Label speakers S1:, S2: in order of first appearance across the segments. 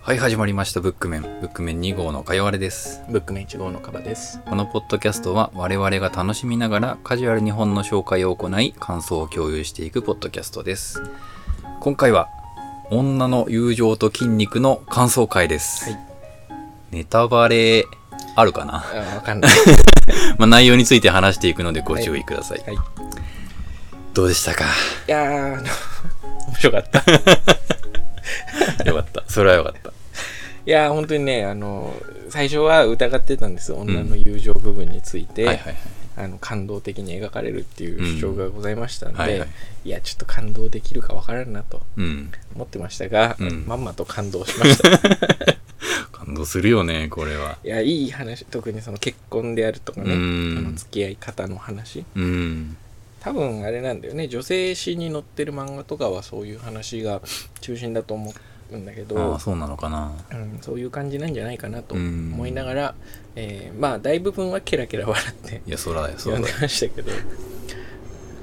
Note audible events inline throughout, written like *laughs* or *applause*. S1: はい始まりました「ブックメン」ブックメン2号のかよわれです
S2: ブックメン1号のカバです。
S1: このポッドキャストは我々が楽しみながらカジュアルに本の紹介を行い感想を共有していくポッドキャストです今回は「女の友情と筋肉」の感想会です、
S2: はい
S1: ネタバレあるかな
S2: あ、わかんない。
S1: まあ、内容について話していくのでご注意ください、
S2: はい。い
S1: どうでしたか
S2: やー、あの面白かった。い
S1: よかったそれはよかった
S2: やー、本当にね、あの、最初は疑ってたんですよ。女の友情部分について、
S1: はいはい
S2: あの感動的に描かれるっていう主張がございましたんで、
S1: はいいはい
S2: や、ちょっと感動できるかわからんなと
S1: うん
S2: 思ってましたが、
S1: うん
S2: まんまと感動し
S1: *laughs*
S2: ました。い
S1: 感動するよねこれは
S2: や、いい話、特にその結婚であるとかね、
S1: う
S2: あ
S1: ん
S2: の付き合い方の話。
S1: うん
S2: 多分あれなんだよね女性誌に載ってる漫画とかはそういう話が中心だと思うんだけ
S1: あ
S2: ど
S1: あ、そうなのかな
S2: うん、そういう感じなんじゃないかなと
S1: うん
S2: 思いながら、えーまあ大部分はケラケラ笑って
S1: いやそらだよそ
S2: 読
S1: ら
S2: ん
S1: だ
S2: で
S1: よ
S2: ましたけど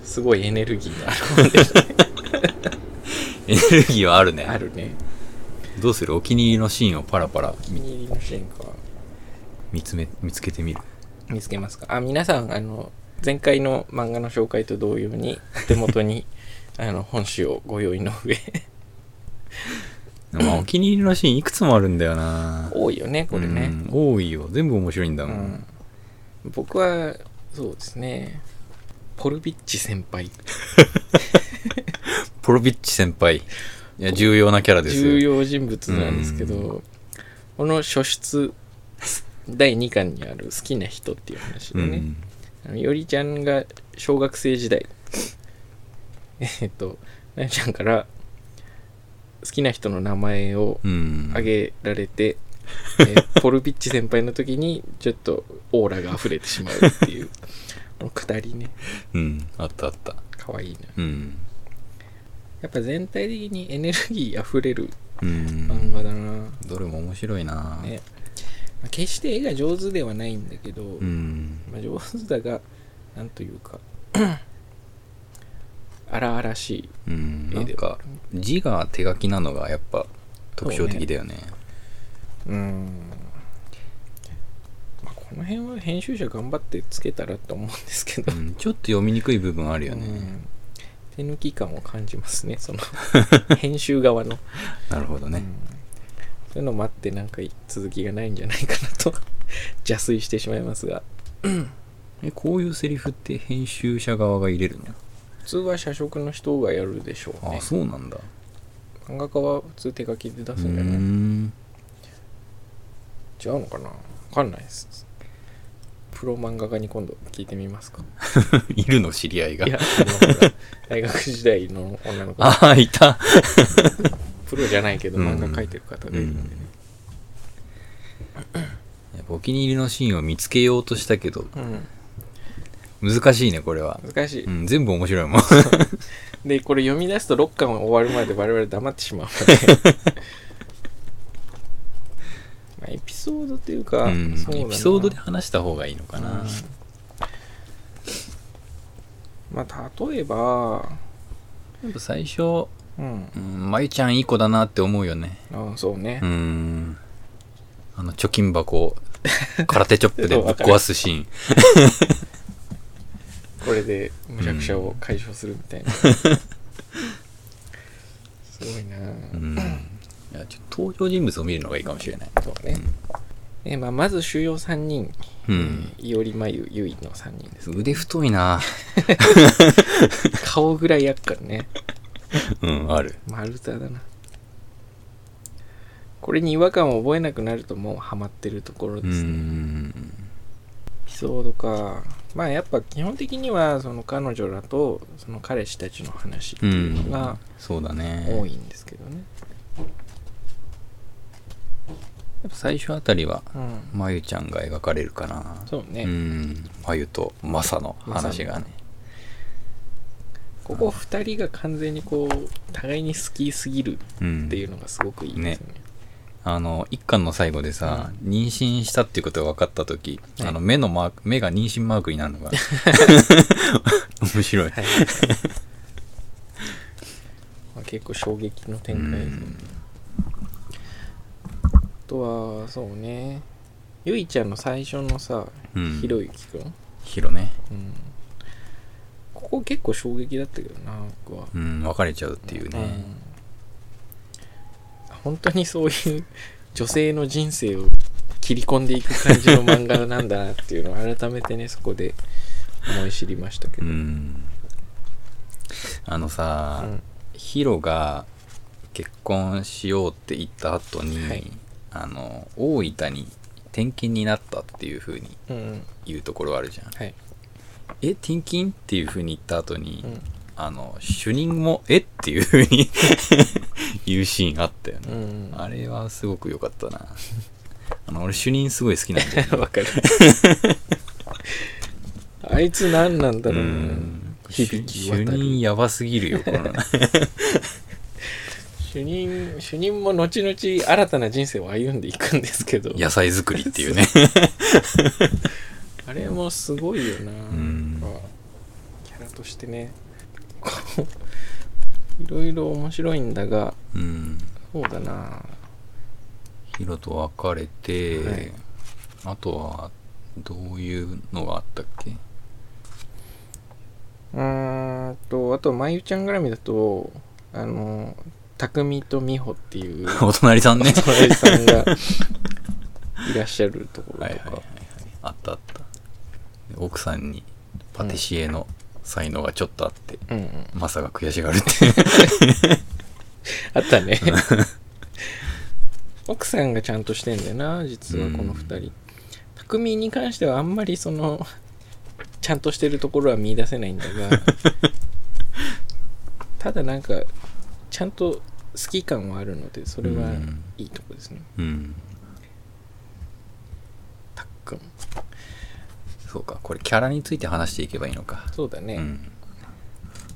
S2: すごいエネルギーのある本でしたね
S1: *laughs* エネルギーはあるね
S2: あるね
S1: どうするお気に入りのシーンをパラパラ
S2: お気に入りのシーンか
S1: 見つめ見つけてみる
S2: 見つけますかあ皆さんあの前回の漫画の紹介と同様にお手元に
S1: *laughs*
S2: あの本誌をご用意の上
S1: まあ
S2: *clears throat*
S1: お気に入りのシーンいくつもあるんだよな
S2: 多いよねこれね、
S1: うん多いよ全部面白いんだ
S2: う
S1: もん、
S2: ん、僕はそうですねポルビッチ先輩
S1: ポロビッチ先輩いや重要なキャラですよ
S2: 重要人物なんですけど、
S1: う
S2: この初出第2巻にある「好きな人」っていう話
S1: う
S2: でね、
S1: ん
S2: あのよりちゃんが小学生時代えっとなよちゃんから好きな人の名前を
S1: うん
S2: 挙げられて、えーポルビッチ先輩の時にちょっとオーラが溢れてしまうっていうこのくだりね
S1: うんあったあった
S2: かわいいな
S1: うん
S2: やっぱ全体的にエネルギーあふれる
S1: うん
S2: 漫画だな、
S1: どれも面白いな、
S2: ねまあ決して絵が上手ではないんだけど、
S1: うん
S2: まあ、上手だがなんというか *clears throat* 荒々しい
S1: うん
S2: 絵で
S1: なんか字が手書きなのがやっぱ特徴的だよね
S2: うん、まあ、この辺は編集者頑張ってつけたらと思うんですけど、
S1: うん、ちょっと読みにくい部分あるよね、
S2: うん手抜き感を感じますね
S1: *laughs*
S2: その編集側の、
S1: なるほど
S2: う
S1: ね
S2: ん、そういうのもあってなんか続きがないんじゃないかなと *laughs* 邪推してしまいますが
S1: えこういうセリフって編集者側が入れるの、
S2: 普通は社食の人がやるでしょう
S1: あ
S2: ね
S1: あそうなんだ
S2: 漫画家は普通手書きで出
S1: う
S2: す
S1: ー
S2: んじゃない
S1: ん
S2: 違うのかなわかんないですプロ漫画家に今度聞いてみますか
S1: いるの知り合いが
S2: いやあのほら大学時代の女の子
S1: ああいた
S2: プロじゃないけど
S1: うん
S2: 漫画描いてる方がいるんでね、
S1: やっぱお気に入りのシーンを見つけようとしたけど
S2: うん
S1: 難しいねこれは、
S2: 難しい、
S1: うん、全部面白い *laughs* もん
S2: でこれ読み出すと6巻終わるまで我々黙ってしまう
S1: *laughs*
S2: のでまあエピソードというか、
S1: うん
S2: そうだな
S1: エピソードで話した方がいいのかな、
S2: まあ例えば
S1: やっぱ最初、
S2: うん
S1: うん、まゆちゃんいい子だなって思うよね
S2: あそうね、
S1: うんあの貯金箱を空手チョップでぶっ壊す *laughs* シーン
S2: これでむちゃくちゃを解消するみたいな、すごいなぁ
S1: うんいやちょっと登場人物を見るのがいいかもしれない
S2: そうね、えまあ、まず主要3人、
S1: うん
S2: いおりまゆゆいの3
S1: *laughs*
S2: 人です
S1: 腕太いな
S2: 顔ぐらいやっからね
S1: うんある
S2: 丸太だなこれに違和感を覚えなくなるともうハマってるところ
S1: う
S2: ですね、
S1: ん
S2: エピソードかまあやっぱ基本的にはその彼女らとその彼氏たちの話って
S1: う
S2: いうんのが
S1: そうだね
S2: 多いんですけどね、
S1: やっぱ最初あたりは
S2: うん
S1: まゆちゃんが描かれるかな
S2: そうね、
S1: うんまゆとまさの話がね
S2: ここ2人が完全にこう互いに好きすぎる
S1: うん
S2: っていうのがすごくいいですよね。
S1: あの一巻の最後でさ、妊娠したっていうことが分かった時、
S2: はい
S1: あの目のマーク目が妊娠マークになる *laughs* のが面白い、
S2: はいまあ結構衝撃の展開ですよね。とはそうねゆいちゃんの最初のさ、
S1: うん
S2: ひろゆきくん、うん、
S1: ヒロね
S2: ここ結構衝撃だったけどな僕は
S1: うん別れちゃうっていうね、
S2: うん本当にそういう女性の人生を切り込んでいく感じの漫画なんだなっていうのを改め
S1: *laughs*
S2: てねそこで思い知りましたけ
S1: う
S2: ど、
S1: んあのさ、
S2: うん
S1: ヒロが結婚しようって言った後に、
S2: はい
S1: あの大分に転勤になったっていう風に
S2: うんうん
S1: 言うところあるじゃん
S2: はい、
S1: え転勤っていう風に言った後に、
S2: うん
S1: あの主任もえっていう風に *laughs* 言うシーンあったよね、
S2: うん
S1: あれはすごく良かったな *laughs* あの俺主任すごい好きなん
S2: *laughs*
S1: だよ
S2: わ
S1: *laughs*
S2: かるあいつ何なんだろう
S1: う
S2: なん響き
S1: 主
S2: 渡る
S1: 任やばすぎるよこ
S2: *laughs*
S1: の
S2: 主任主任も後々新たな人生を歩んでいくんですけど
S1: 野菜作りっていうね
S2: あれもすごいよな,、
S1: ん
S2: なんかキャラとしてねこういろいろ面白いんだが
S1: うん
S2: そうだな
S1: ヒロと別れて、
S2: はい
S1: あとはどういうのがあったっけ *laughs*
S2: うーんとあとまゆちゃん絡みだとあの匠と美穂っていう
S1: *laughs* お隣さんね
S2: お隣さんがいらっしゃるところ
S1: は
S2: とか、
S1: いはいはいはいあったあった奥さんにパティシエの才能がちょっとあって、
S2: うんうん
S1: マサが悔しがるっていう
S2: あったね奥さんがちゃんとしてんだよな実はこの2人、匠に関してはあんまりそのちゃんとしてるところは見出せないんだ
S1: *laughs*
S2: がただなんかちゃんと好き感はあるのでそれは
S1: うん
S2: いいとこですね、
S1: うん
S2: たっくん
S1: そうかこれキャラについて話していけばいいのか、
S2: そうだね、
S1: うん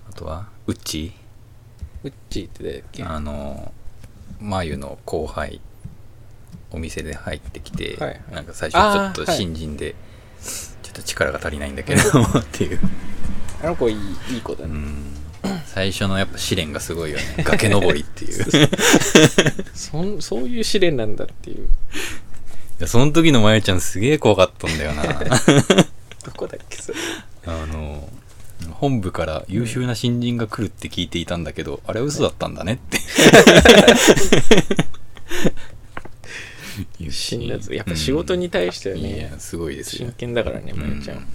S1: あとはウッチ
S2: ウッチーって誰だっけ
S1: あの眉の後輩お店で入ってきて、
S2: はいはい
S1: なんか最初ちょっ
S2: あー
S1: と
S2: はい
S1: 新人で、ちょっと力が足りないんだけどっていう、
S2: あの子いいいい子だ
S1: う
S2: ね、
S1: ん、最初のやっぱ試練がすごいよ
S2: *laughs*
S1: ね崖登りっていうい
S2: そんそういう試練なんだっていう
S1: やその時のまゆちゃんすげえ怖かったんだ
S2: *laughs*
S1: よな
S2: どこだっけそれ
S1: あの本部から優秀な新人が来るって聞いていたんだけど、あれは嘘だったんだねって *laughs* いうシーン
S2: 死んだぞやっぱ仕事に対してはね、
S1: いやすごいですよ
S2: 真剣だからねまゆちゃん、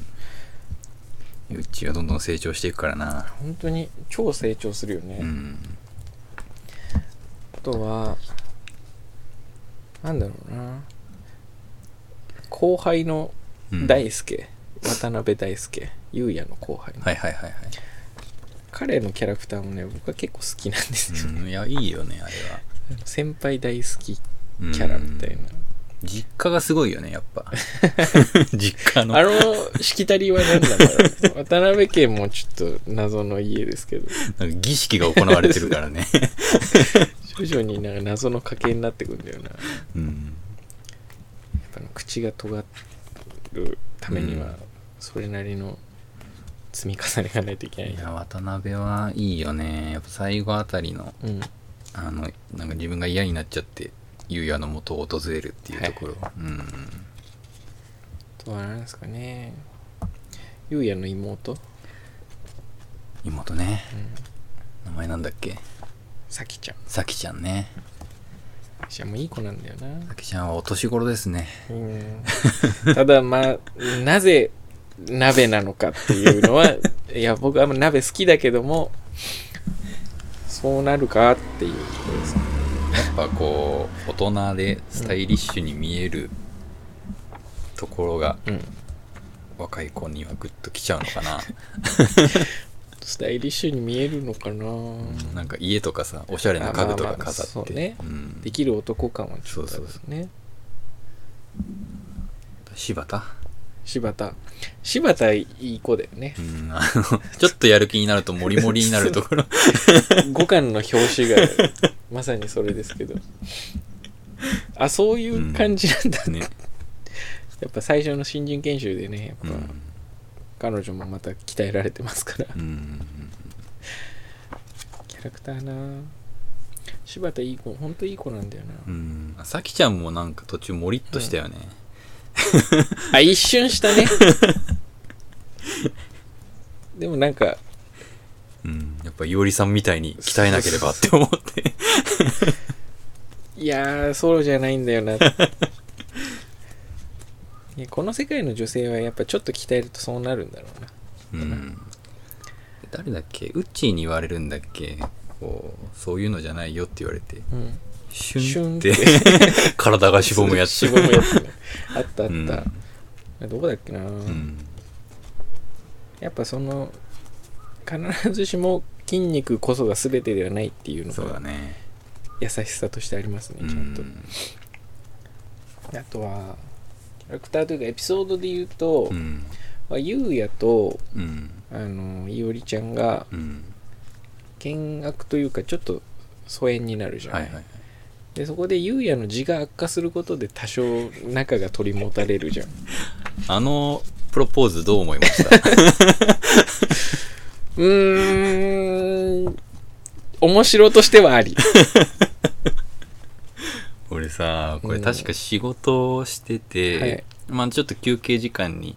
S1: うん、うちはどんどん成長していくからな
S2: 本当に超成長するよね、
S1: うん
S2: あとはなんだろうな後輩の
S1: うん
S2: 大輔、渡辺大輔優也の後輩の、
S1: はいはいはいはい、
S2: 彼のキャラクターもね僕は結構好きなんですよ、
S1: *laughs* うん、いやいいよねあれは、
S2: 先輩大好きキ
S1: うん
S2: ャラみたいな、
S1: 実家がすごいよねやっ *laughs* ぱ実家の
S2: あのしきたりは何なんだろう渡辺家もちょっと謎の家ですけど
S1: なんか儀式が行われてるから *laughs* ね、
S2: 徐々になんか謎の家系になってくんだよな
S1: うん、
S2: やっぱあの口が尖るために
S1: うん
S2: はそれなりの積み重ねがないといけない
S1: い
S2: な
S1: や渡辺はいいよねやっぱ最後あたりの
S2: うん
S1: あのなんか自分が嫌になっちゃって優也の元を訪れるっていうところ、うん
S2: あとは何ですかねゆうやの妹、うん、
S1: 妹ね名前なんだっけ
S2: さきちゃん
S1: 咲ちゃんね
S2: さきちゃんもいい子なんだよな、
S1: 咲ちゃんはお年頃ですね
S2: うん、ただまあなぜ鍋なのかっていうの
S1: *laughs*
S2: はいや僕は鍋好きだけどもそうなるかっていうところですね
S1: やっぱこう大人でスタイリッシュに見えるところが
S2: うん
S1: 若い子にはグッときちゃうのかな、
S2: スタイリッシュに見えるのかな、
S1: なんか家とかさおしゃれな家具と
S2: あまあま
S1: か
S2: あ
S1: 飾
S2: そ
S1: っ
S2: う
S1: て
S2: ね
S1: うん
S2: できる男感はちょっとあ
S1: そう
S2: る
S1: そう
S2: ね
S1: そ柴田
S2: 柴田柴田いい子だよね
S1: うんあの *laughs* ちょっとやる気になるとモリモリになるところ
S2: 五感の表紙がまさにそれですけどあそういう感じなんだ、 *laughs*
S1: ね、
S2: やっぱ最初の新人研修でね
S1: う
S2: やっぱ
S1: ん
S2: 彼女もまた鍛えられてますから
S1: うん
S2: キャラクターな柴田いい子ほんといい子なんだよな
S1: うん。さきちゃんもなんか途中もりっとしたよね。
S2: あ一瞬したねでもなんか
S1: うん。やっぱいおりさんみたいに鍛えなければって思
S2: *laughs*
S1: って。
S2: いやーそうじゃないんだよないやこの世界の女性はやっぱちょっと鍛えるとそうなるんだろうな
S1: うん。誰だっけウッチーに言われるんだっけこう、そういうのじゃないよって言われて。
S2: うん
S1: シュンって体がしぼむやつ。
S2: しぼむやつねあったあった、
S1: うん
S2: どこだっけな、
S1: うん。
S2: やっぱその必ずしも筋肉こそが全てではないっていうの
S1: そうだ
S2: が
S1: ね。
S2: 優しさとしてありますね
S1: う
S2: ちゃんと、
S1: ん。
S2: あとはキャラクターというかエピソードで言うと、
S1: うん。
S2: まあ、ゆうやと
S1: うん。
S2: あのいおりちゃんが
S1: うん。
S2: 見悪というかちょっと疎遠になるじゃな、
S1: はいいはい。
S2: でそこでゆうやの字が悪化することで多少仲が取り持たれるじゃ
S1: *laughs*
S2: ん
S1: あの、プロポーズどう思いました
S2: うーん面白としてはあり
S1: 俺さ、これ確か仕事をしてて、
S2: はい
S1: まあちょっと休憩時間に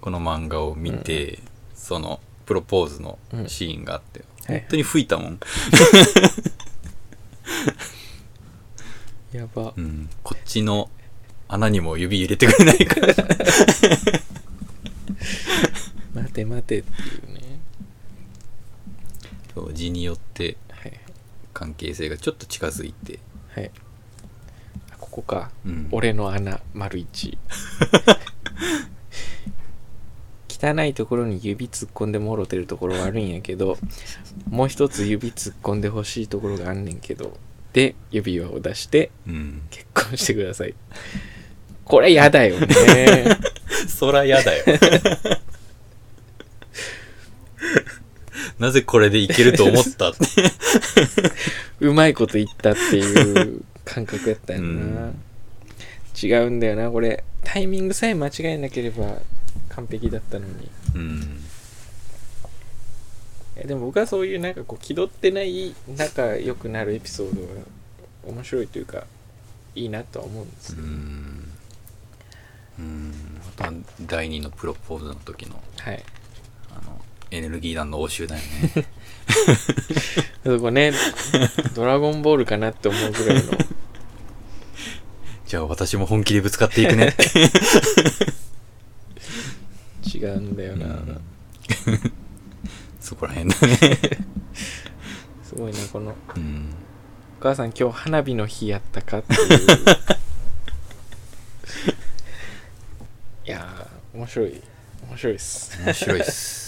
S1: この漫画を見て、そのプロポーズのシーンがあって、
S2: はい
S1: 本当に吹いたもん。
S2: やば
S1: うん。こっちの穴にも指入れてくれないから。
S2: 待て待てっていうね
S1: そう字によって
S2: はい
S1: 関係性がちょっと近づいて。
S2: はいあここか
S1: うん。
S2: 俺の穴
S1: *laughs*
S2: 丸一汚いところに指突っ込んでもろてるところはあるんやけどもう一つ指突っ込んでほしいところがあんねんけどで指輪を出して
S1: うん。
S2: 結婚してくださいこれやだよね
S1: そらやだよ。なぜこれでいけると思 *laughs* ったって。
S2: うまいこと言ったっていう感覚やったよな、
S1: うん
S2: 違うんだよなこれタイミングさえ間違えなければ完璧だったのに
S1: うん。
S2: えでも僕はそういうなんかこう気取ってない仲良くなるエピソードが面白いというかいいなとは思うんです
S1: う
S2: けど、
S1: ん。うん。また第二のプロポーズの時の、
S2: はい
S1: あの、エネルギー弾の応酬だよね。
S2: そこね「ドラゴンボール」かなって思う
S1: *laughs*
S2: ぐらいの
S1: *laughs* じゃあ私も本気でぶつかっていくね。
S2: 違うんだよな、
S1: うん *laughs* そこら辺だね。
S2: すごいなこの
S1: うん。
S2: 「お母さん今日花火の日やったか?」っていう *laughs* いやー面白い面白いっす
S1: 面白いっす。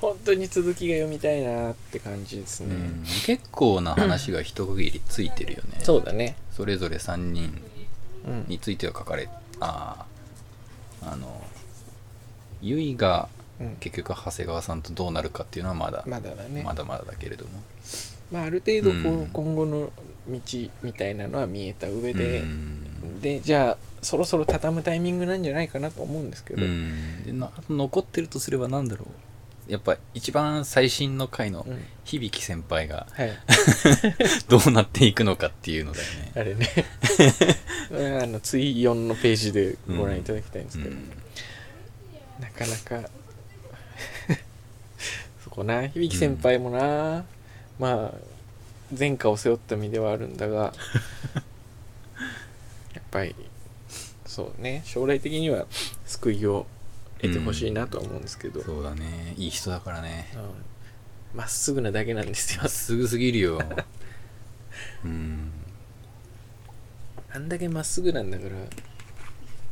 S2: 本当に続きが読みたいなーって感じです
S1: う
S2: ね、
S1: ん、結構な話が一区切りついてるよね。
S2: そうだね
S1: それぞれ3人
S2: うん
S1: については書かれあああのゆいが
S2: うん
S1: 結局長谷川さんとどうなるかっていうのはまだ
S2: まだだね
S1: まだまだだけれども
S2: まあ、ある程度こう、
S1: うん
S2: 今後の道みたいなのは見えた上で
S1: う、ん
S2: でじゃあそろそろ畳むタイミングなんじゃないかなと思うんですけど、
S1: うんでな残ってるとすれば何だろうやっぱ一番最新の回の
S2: うん
S1: 響先輩が
S2: はい
S1: どうなっていくのかっていうのだよね
S2: あ *laughs* れねあのツイ4のページでご覧いただきたいんですけど、なかなか *laughs* そこな響先輩もな、まあ前科を背負った身ではあるん
S1: *laughs*
S2: だがやっぱりそうね将来的には救いを得てほしいなとは思うんですけ
S1: う
S2: ど、
S1: んそうだねいい人だからね
S2: うんまっすぐなだけなんですよ
S1: まっすぐすぎるようん
S2: あんだけまっすぐなんだから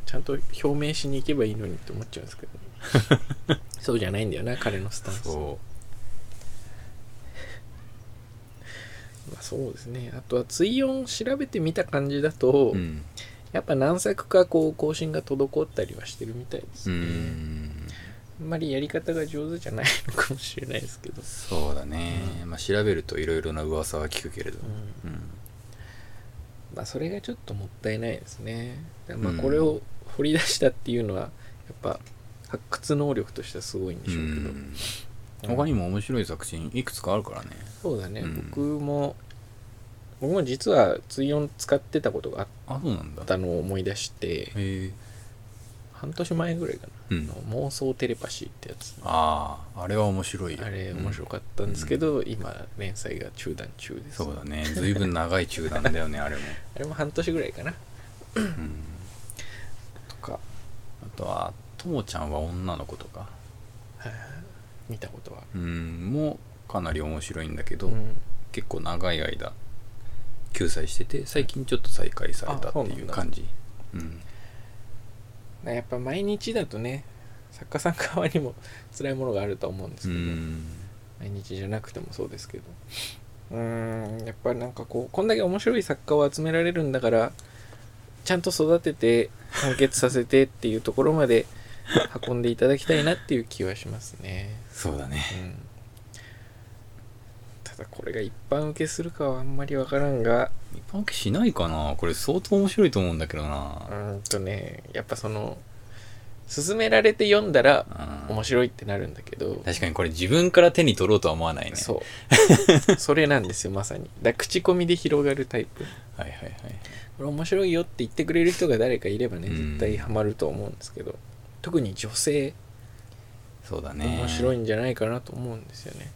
S2: ちゃんと表明しに行けばいいのにって思っちゃうんですけど
S1: *laughs*
S2: そうじゃないんだよな彼のスタンス
S1: そ
S2: まあ、そうですねあとは追音調べてみた感じだと、
S1: ううん
S2: やっぱ何作かこう更新が滞ったりはしてるみたいです
S1: う
S2: ね、
S1: ん
S2: あんまりやり方が上手じゃないのかもしれないですけど、
S1: そうだね、まあ調べるといろいろな噂は聞くけれど
S2: う、ん
S1: うん
S2: まあそれがちょっともったいないですねだから
S1: うん
S2: まあこれを掘り出したっていうのはやっぱ発掘能力としてはすごいんでしょうけど、
S1: うん他にも面白い作品いくつかあるからね
S2: そうだね、
S1: うん
S2: 僕も僕も実は追音使ってたことがあ
S1: あそうなんだ
S2: ったのを思い出して
S1: へえ
S2: 半年前ぐらいかな、
S1: うん
S2: あの妄想テレパシーってやつ
S1: あああれは面白いよ
S2: あれ面白かったんですけど、今連載が中断中です
S1: そうだねずいぶん長い中断だよね *laughs* あれも、
S2: あれも半年ぐらいかな
S1: うん、
S2: とか
S1: あとはともちゃんは女の子とか
S2: 見たことはあ
S1: うんもかなり面白いんだけど、
S2: るうん
S1: 結構長い間救済してて最近ちょっと再開されたっていう感じうん
S2: やっぱ毎日だとね作家さん側にも辛いものがあると思うんです
S1: う
S2: けど、
S1: ん
S2: 毎日じゃなくてもそうですけどうーんやっぱなんかこうこんだけ面白い作家を集められるんだからちゃんと育てて完結させてっていうところまで運んでいただきたいなっていう気はしますね、
S1: そうだ
S2: う
S1: ね
S2: ん、ただこれが一般受けするかはあんまりわからんが
S1: 一般受けしないかなこれ相当面白いと思うんだけど
S2: う
S1: な、
S2: ーんとねやっぱその勧められて読んだら
S1: うん
S2: 面白いってなるんだけど、
S1: 確かにこれ自分から手に取ろうとは思わないね
S2: そう。それなんですよ、まさに。だ口コミで広がるタイプ。
S1: はいはいはい
S2: これ面白いよって言ってくれる人が誰かいればね、
S1: うん
S2: 絶対ハマると思うんですけど、特に女性、
S1: そうだね
S2: 面白いんじゃないかなと思うんですよね。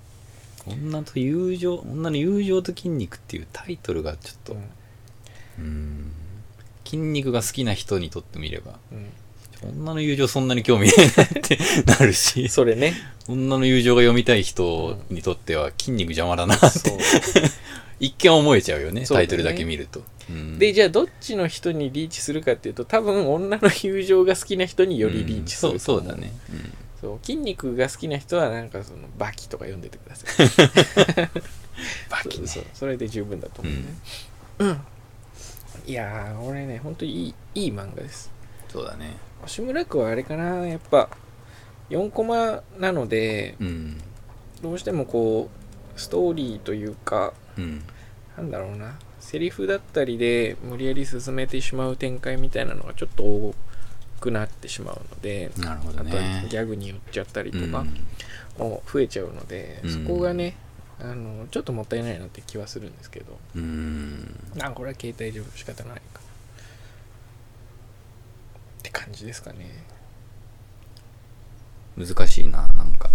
S1: 女と友情女の友情と筋肉っていうタイトルがちょっと
S2: うん
S1: うん筋肉が好きな人にとってみれば
S2: う
S1: 女の友情そんなに興味ないなってなるし
S2: ん、そ
S1: *laughs*
S2: れね。
S1: 女の友情が読みたい人にとっては筋肉邪魔だなって、
S2: そう。
S1: 一見思えちゃうよねタ
S2: そうだね
S1: イトルだけ見ると、うん
S2: で、じゃあどっちの人にリーチするかっていうと、多分女の友情が好きな人によりリーチする、
S1: うんそうそうだ。ね、
S2: そう。筋肉が好きな人はなんかその、バキとか読んでてく
S1: *laughs*
S2: ださい。
S1: バキね
S2: そうそう。それで十分だと思うね。
S1: うん
S2: いやー、俺ね、ほんといい、いい漫画です。
S1: そうだね
S2: 星村区はあれかな、やっぱ、4コマなので、
S1: うん
S2: どうしてもこう、ストーリーというか、
S1: うん
S2: なんだろうな、セリフだったりで無理やり進めてしまう展開みたいなのがちょっと多くなってしまうので、
S1: なるほ
S2: あ
S1: ど
S2: とは
S1: ね
S2: ギャグに寄っちゃったりと
S1: うん
S2: かも増えちゃうので、
S1: うん
S2: そこがね、あの、ちょっともったいないなって気はするんですけど、
S1: うん
S2: あ、これは携帯上仕方ないか。って感じですかね。
S1: 難しいななんか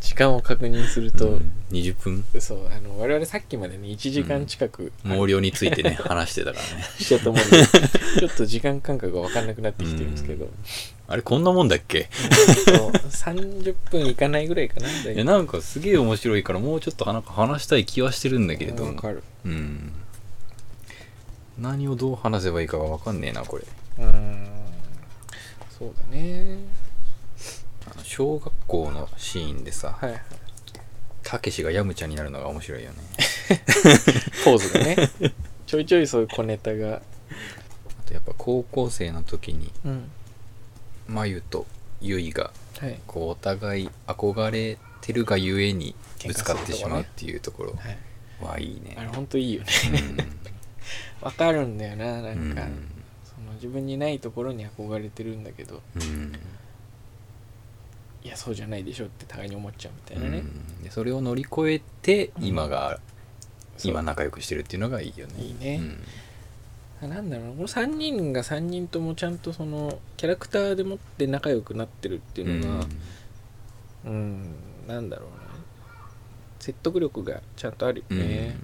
S2: 時間を確認する
S1: う
S2: と、
S1: ん20分
S2: そうあの我々さっきまでね1時間近く
S1: 毛量についてね話してたからね
S2: しちゃったもん
S1: *laughs*
S2: でちょっと時間感覚が分かんなくなってきてるんですけど、
S1: あれこんなもんだっけ
S2: そう30分いかないぐらいかなだいたい
S1: いやなんかすげえ面白いからもうちょっとなんか話したい気はしてるんだけれど
S2: 分
S1: も
S2: かる
S1: うん何をどう話せばいいかがわかんねえなこれ
S2: うーんそうだね
S1: あの小学校のシーンでさ
S2: はいはい
S1: たけしがヤムちゃんになるのが面白いよね
S2: ポーズがね *laughs* ちょいちょいそういう小ネタが
S1: あとやっぱ高校生の時に
S2: うん
S1: まゆとゆいが
S2: はい
S1: こうお互い憧れてるがゆえにぶつかってしまうっていうところ
S2: はい、
S1: はいいね
S2: あれほんといいよね *laughs*
S1: う
S2: 分かるんだよななんんか、その自分にないところに憧れてるんだけど
S1: うん
S2: いやそうじゃないでしょって互いに思っちゃうみた
S1: う
S2: いなね、
S1: んでそれを乗り越えて今が
S2: そう
S1: 今仲良くしてるっていうのがいいよね
S2: いいね、なんだろうなこの3人が3人ともちゃんとそのキャラクターでもって仲良くなってるって
S1: う
S2: い
S1: ん
S2: うのがうんなんだろうな説得力がちゃんとあるよ
S1: うん
S2: ね、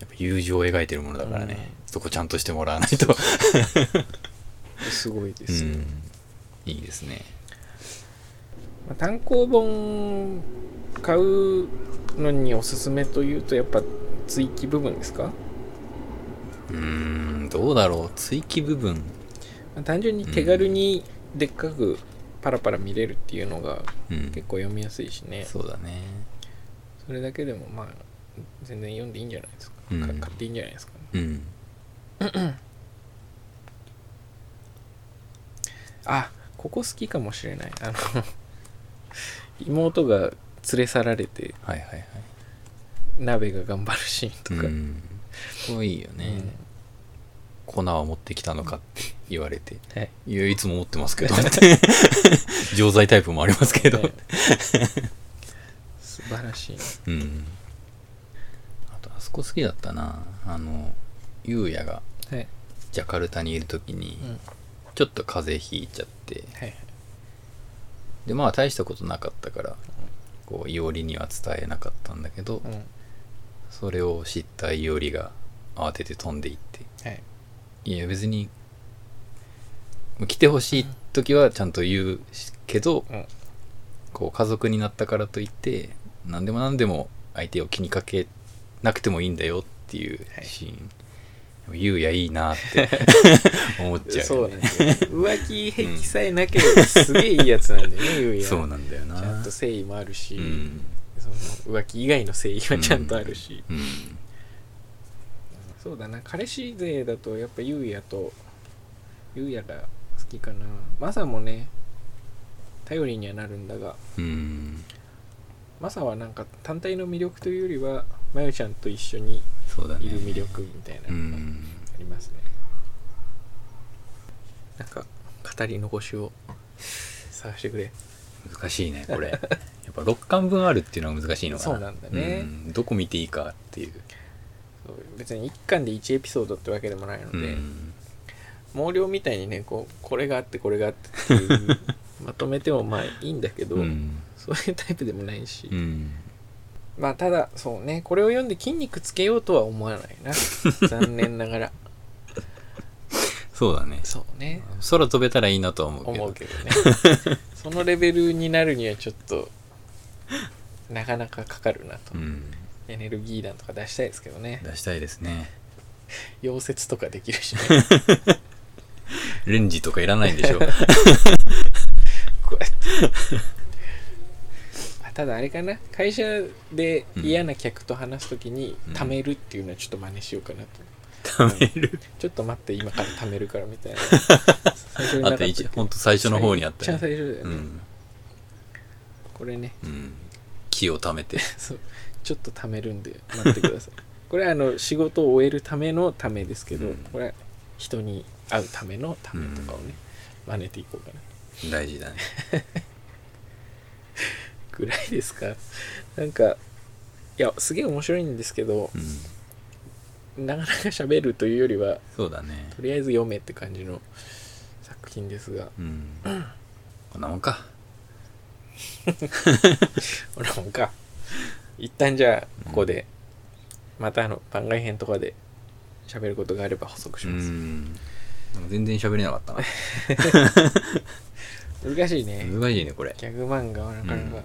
S1: やっぱ友情を描いてるものだからねそこちゃんとしてもらわないと
S2: すごいで
S1: う
S2: す、
S1: んいいですね
S2: まあ単行本買うのにおすすめというとやっぱ追記部分ですか、
S1: うーんどうだろう追記部分
S2: まあ単純に手軽にでっかくパラパラ見れるっていうのが
S1: うん
S2: 結構読みやすいしね、
S1: そうだね
S2: それだけでもまあ全然読んでいいんじゃないですか,、
S1: うん
S2: か買っていいんじゃないですかね
S1: うん
S2: あここ好きかもしれないあの *laughs* 妹が連れ去られて
S1: はいはいはい
S2: 鍋が頑張るシーンとか、
S1: うんこれいいよね、粉は持ってきたのかって言われて
S2: うんはい
S1: いやいつも持って *laughs* ますけどって錠剤タイプもありますけど、
S2: はい素晴らしいな
S1: うんあとあそこ好きだったなあのゆうやが
S2: はい
S1: ジャカルタにいる時に
S2: うん
S1: ちょっと風邪ひいちゃって
S2: はいはい
S1: でまあ大したことなかったからこういおりには伝えなかったんだけど
S2: うんは
S1: それを知ったいおりが慌てて飛んでいって
S2: い
S1: いや別に来てほしい時はちゃんと言うしけど、
S2: うん
S1: こう家族になったからといって何でも何でも相手を気にかけなくてもいいんだよっていう
S2: はい
S1: シーン、言うやいいなって
S2: *laughs*
S1: 思っちゃう
S2: そう
S1: よ
S2: な
S1: ね
S2: んですよ浮気癖さえなければすげえいいやつなんだよね、ゆうや
S1: そうなんだよな
S2: ちゃんと誠意もあるし、
S1: うん
S2: その浮気以外の誠意はちゃんとあるし、
S1: うん
S2: そうだな彼氏勢だとやっぱゆうやとゆうやが好きかなマサもね頼りにはなるんだが
S1: うん
S2: マサはなんか単体の魅力というよりはまゆちゃんと一緒に
S1: そうだね
S2: いる魅力みたいな
S1: う
S2: のが
S1: ん
S2: ありますね、なんか語り残しを探してくれ
S1: 難しいねこれ *laughs* やっぱ6巻分あるっていうのは難しいのかな
S2: そうなんだね
S1: うんどこ見ていいかっていう、
S2: そう別に一巻で1エピソードってわけでもないの
S1: う
S2: で、
S1: ん、
S2: 毛量みたいにねこうこれがあってこれがあってっていう
S1: *laughs*
S2: まとめてもまあいいんだけど、
S1: うん
S2: そういうタイプでもないし、
S1: うん
S2: まあただそうねこれを読んで筋肉つけようとは思
S1: *laughs*
S2: わないな残念ながら
S1: そうだね
S2: そうね
S1: 空飛べたらいいなとは思うけど
S2: 思うけどね
S1: *laughs*
S2: そのレベルになるにはちょっとなかなかかかるなと、
S1: うん、
S2: エネルギー弾とか出したいですけどね
S1: 出したいですね
S2: 溶接とかできるしね
S1: *laughs* レンジとかいらないん
S2: *laughs*
S1: でしょ
S2: こ
S1: *laughs*
S2: うやってあただあれかな会社で嫌な客と話すときに
S1: うん
S2: 貯めるっていうのはちょっと真似しようかなと、
S1: 貯める
S2: ちょっと待って今から貯めるからみたい
S1: *laughs*
S2: な最初にな
S1: あっ
S2: かった
S1: た
S2: っ
S1: 一
S2: け
S1: ほんと最初の方にあった
S2: 一番
S1: ね
S2: 最初だよ
S1: う
S2: ね、
S1: ん、
S2: これね
S1: うん、木を貯め
S2: *laughs*
S1: て
S2: そうちょっと貯めるんで待ってくださ
S1: *laughs*
S2: いこれはあの仕事を終えるためのためですけど、
S1: うん
S2: これは人に会うためのためとかをね、真似ていこうかな
S1: 大事だね
S2: ぐらいですかなんかいやすげえ面白いんですけど
S1: うん
S2: なかなか喋るというよりは
S1: そうだね
S2: とりあえず読めって感じの作品ですが
S1: うんこんなもんか
S2: ほらもんか一旦じゃあここで、またあの番外編とかで喋ることがあれば補足し
S1: う
S2: ます、
S1: んでも全然喋れなかったな
S2: 難しいね
S1: 難しいねこれ
S2: ギャグ漫画はなかなか、
S1: うん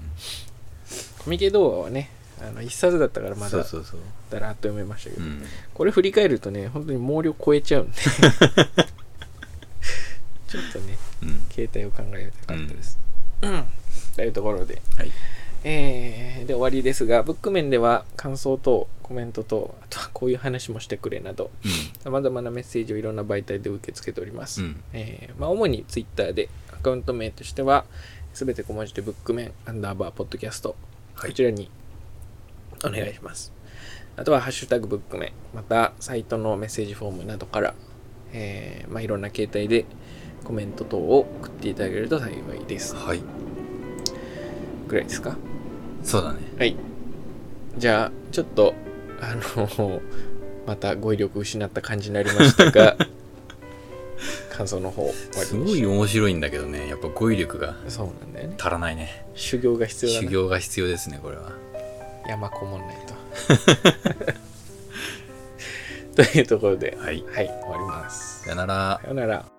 S2: コミケ動画はねあの一冊だったからまだ
S1: そう
S2: だ
S1: そうそう
S2: らっと読めましたけど、
S1: うん
S2: これ振り返るとね本当に毛量超えち
S1: *laughs*
S2: ゃうんでちょっとね
S1: うん
S2: 携帯を考えたかったです、うんというところで、
S1: はい
S2: えーで終わりですがブック面では感想とコメントとあとはこういう話もしてくれなどさまざまなメッセージをいろんな媒体で受け付けております、
S1: うんうん
S2: えーまあ、主にツイッターでアカウント名としてはすべて小文字でブックメンアンダーバーポッドキャスト、
S1: はい
S2: こちらにお願いしますあとは「ハッシュタグブックメン」またサイトのメッセージフォームなどから、えーまあ、いろんな形態でコメント等を送っていただけると幸いです
S1: はい
S2: ぐらいですか
S1: そうだね
S2: はいじゃあちょっとあのまた語彙力失った感じになりまし
S1: *laughs*
S2: たが感想の方終わりにし
S1: すごい面白いんだけどねやっぱ語彙力が
S2: そうなんだよね
S1: 足らないね
S2: 修行が必要だ
S1: 修
S2: な
S1: 行が必要ですねこれは
S2: 山こもんないとというところで
S1: はい
S2: *laughs* はい終わります
S1: さよなら
S2: さよなら